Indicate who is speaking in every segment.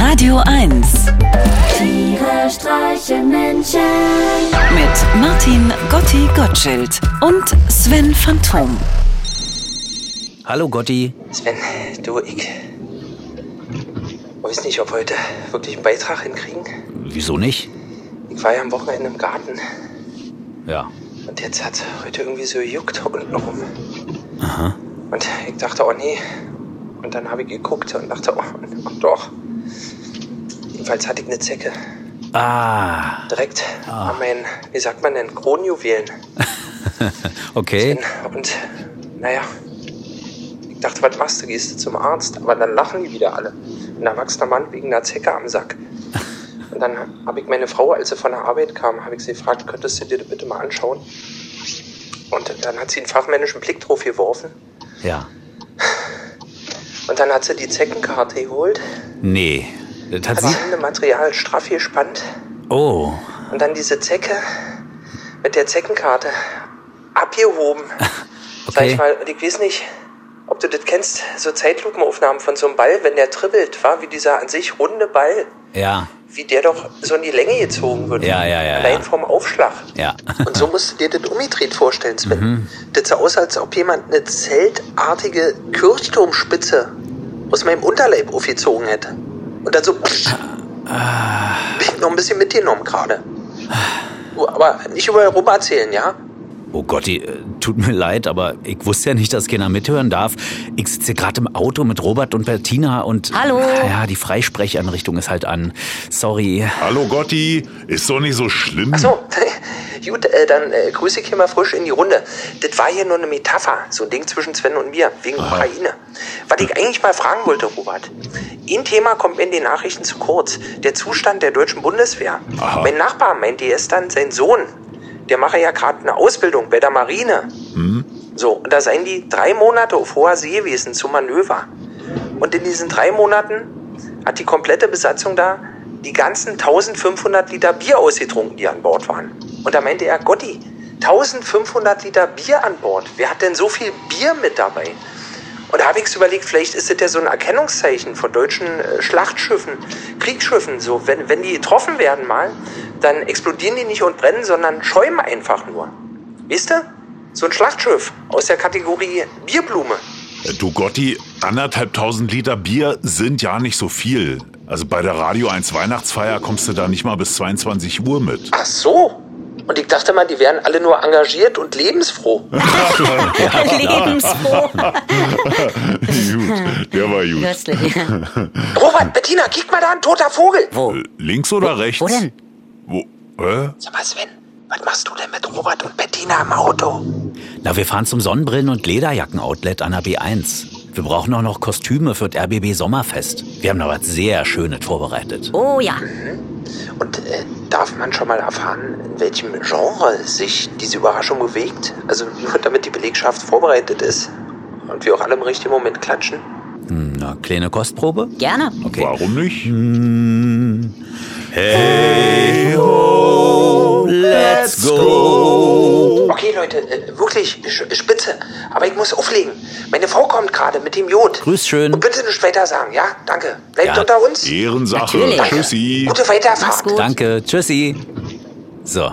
Speaker 1: Radio 1
Speaker 2: Tiere streichen Menschen.
Speaker 1: mit Martin Gotti Gottschild und Sven Phantom.
Speaker 3: Hallo Gotti.
Speaker 4: Sven, du, ich weiß nicht, ob wir heute wirklich einen Beitrag hinkriegen.
Speaker 3: Wieso nicht?
Speaker 4: Ich war ja am Wochenende im Garten
Speaker 3: Ja.
Speaker 4: und jetzt hat heute irgendwie so gejuckt unten rum. Und ich dachte, oh nee. Und dann habe ich geguckt und dachte, oh, oh doch. Jedenfalls hatte ich eine Zecke.
Speaker 3: Ah,
Speaker 4: Direkt an meinen, wie sagt man denn, Kronjuwelen.
Speaker 3: okay.
Speaker 4: Und naja, ich dachte, was machst du? Gehst du zum Arzt? Aber dann lachen die wieder alle. Ein erwachsener Mann wegen einer Zecke am Sack. Und dann habe ich meine Frau, als sie von der Arbeit kam, habe ich sie gefragt, könntest du dir das bitte mal anschauen? Und dann hat sie einen fachmännischen Blick drauf geworfen.
Speaker 3: Ja.
Speaker 4: Und dann hat sie die Zeckenkarte geholt,
Speaker 3: Nee. Das hat
Speaker 4: hat
Speaker 3: sie.
Speaker 4: das Material straff gespannt
Speaker 3: Oh.
Speaker 4: und dann diese Zecke mit der Zeckenkarte abgehoben. Sag
Speaker 3: Okay.
Speaker 4: ich mal, und ich weiß nicht, ob du das kennst, so Zeitlupenaufnahmen von so einem Ball, wenn der dribbelt, war wie dieser an sich runde Ball,
Speaker 3: Ja.
Speaker 4: wie der doch so in die Länge gezogen wird.
Speaker 3: Ja, ja, ja,
Speaker 4: Allein
Speaker 3: ja.
Speaker 4: vom Aufschlag.
Speaker 3: Ja. Mhm.
Speaker 4: Und so musst du dir das umgedreht vorstellen, Sven. Das sah aus, als ob jemand eine zeltartige Kirchturmspitze aus meinem Unterleib aufgezogen hätte. Und dann so. Pff,
Speaker 3: Ah.
Speaker 4: bin ich noch ein bisschen mitgenommen gerade. Du, Aber nicht überall rum erzählen, ja?
Speaker 3: Oh Gotti, äh, tut mir leid, aber ich wusste ja nicht, dass keiner mithören darf. Ich sitze gerade im Auto mit Robert und Bettina und. Ah
Speaker 1: Hallo.
Speaker 3: Ja, die Freisprecheinrichtung ist halt an. Sorry.
Speaker 5: Hallo Gotti, ist doch nicht so schlimm.
Speaker 4: Ach so, gut, äh, dann äh, grüße ich hier mal frisch in die Runde. Das war hier nur eine Metapher, so ein Ding zwischen Sven und mir, wegen Ukraine. Was ich eigentlich mal fragen wollte, Robert. Ein Thema kommt mir in den Nachrichten zu kurz. Der Zustand der deutschen Bundeswehr.
Speaker 5: Aha.
Speaker 4: Mein Nachbar meinte gestern, sein Sohn, der mache ja gerade eine Ausbildung bei der Marine. So, und da seien die drei Monate auf hoher See gewesen zum Manöver. Und in diesen drei Monaten hat die komplette Besatzung da die ganzen 1500 Liter Bier ausgetrunken, die an Bord waren. Und da meinte er, Gotti, 1500 Liter Bier an Bord. Wer hat denn so viel Bier mit dabei? Und da habe ich überlegt, vielleicht ist das ja so ein Erkennungszeichen von deutschen äh, Schlachtschiffen, Kriegsschiffen. So, wenn, wenn die getroffen werden mal, dann explodieren die nicht und brennen, sondern schäumen einfach nur. Wisst ihr? So ein Schlachtschiff aus der Kategorie Bierblume.
Speaker 5: Du Gotti, anderthalb tausend Liter Bier sind ja nicht so viel. Also bei der Radio 1 Weihnachtsfeier kommst du da nicht mal bis 22 Uhr mit.
Speaker 4: Ach so. Und ich dachte mal, die wären alle nur engagiert und lebensfroh.
Speaker 6: Lebensfroh.
Speaker 5: gut, der war gut.
Speaker 6: Plötzlich.
Speaker 4: Robert, Bettina, kick mal da, ein toter Vogel.
Speaker 6: Wo?
Speaker 5: Links oder rechts?
Speaker 6: Wo denn?
Speaker 5: Wo? Hä?
Speaker 4: Sag mal, Sven, was machst du denn mit Robert und Bettina im Auto?
Speaker 3: Na, wir fahren zum Sonnenbrillen- und Lederjacken-Outlet an der B1. Wir brauchen auch noch Kostüme für das RBB Sommerfest. Wir haben da was sehr Schönes vorbereitet.
Speaker 6: Oh ja.
Speaker 4: Und äh, darf man schon mal erfahren, in welchem Genre sich diese Überraschung bewegt? Also nur damit die Belegschaft vorbereitet ist und wir auch alle im richtigen Moment klatschen.
Speaker 3: Na, kleine Kostprobe?
Speaker 6: Gerne.
Speaker 3: Okay.
Speaker 5: Warum nicht?
Speaker 6: Hm.
Speaker 3: Let's go!
Speaker 4: Okay, Leute, äh, wirklich sch- spitze. Aber ich muss auflegen. Meine Frau kommt gerade mit dem Jod.
Speaker 3: Grüß schön.
Speaker 4: Und bitte nicht weiter sagen, ja? Danke. Bleibt
Speaker 3: Ja.
Speaker 4: unter uns.
Speaker 5: Ehrensache.
Speaker 6: Natürlich.
Speaker 5: Tschüssi.
Speaker 4: Gute Weiterfahrt.
Speaker 6: Mach's gut.
Speaker 3: Danke, tschüssi. So.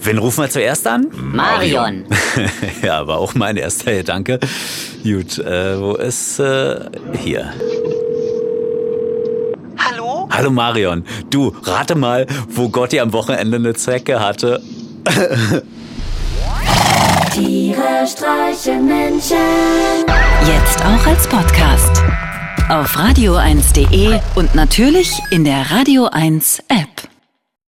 Speaker 3: Wen rufen wir zuerst an?
Speaker 6: Marion.
Speaker 3: ja, war auch mein erster Gedanke. Gut, äh, wo ist äh, hier?
Speaker 7: Hallo?
Speaker 3: Hallo Marion, du, rate mal, wo Gotti am Wochenende eine Zecke hatte.
Speaker 2: Tiere streichen Menschen.
Speaker 1: Jetzt auch als Podcast. Auf radio1.de und natürlich in der Radio 1 App.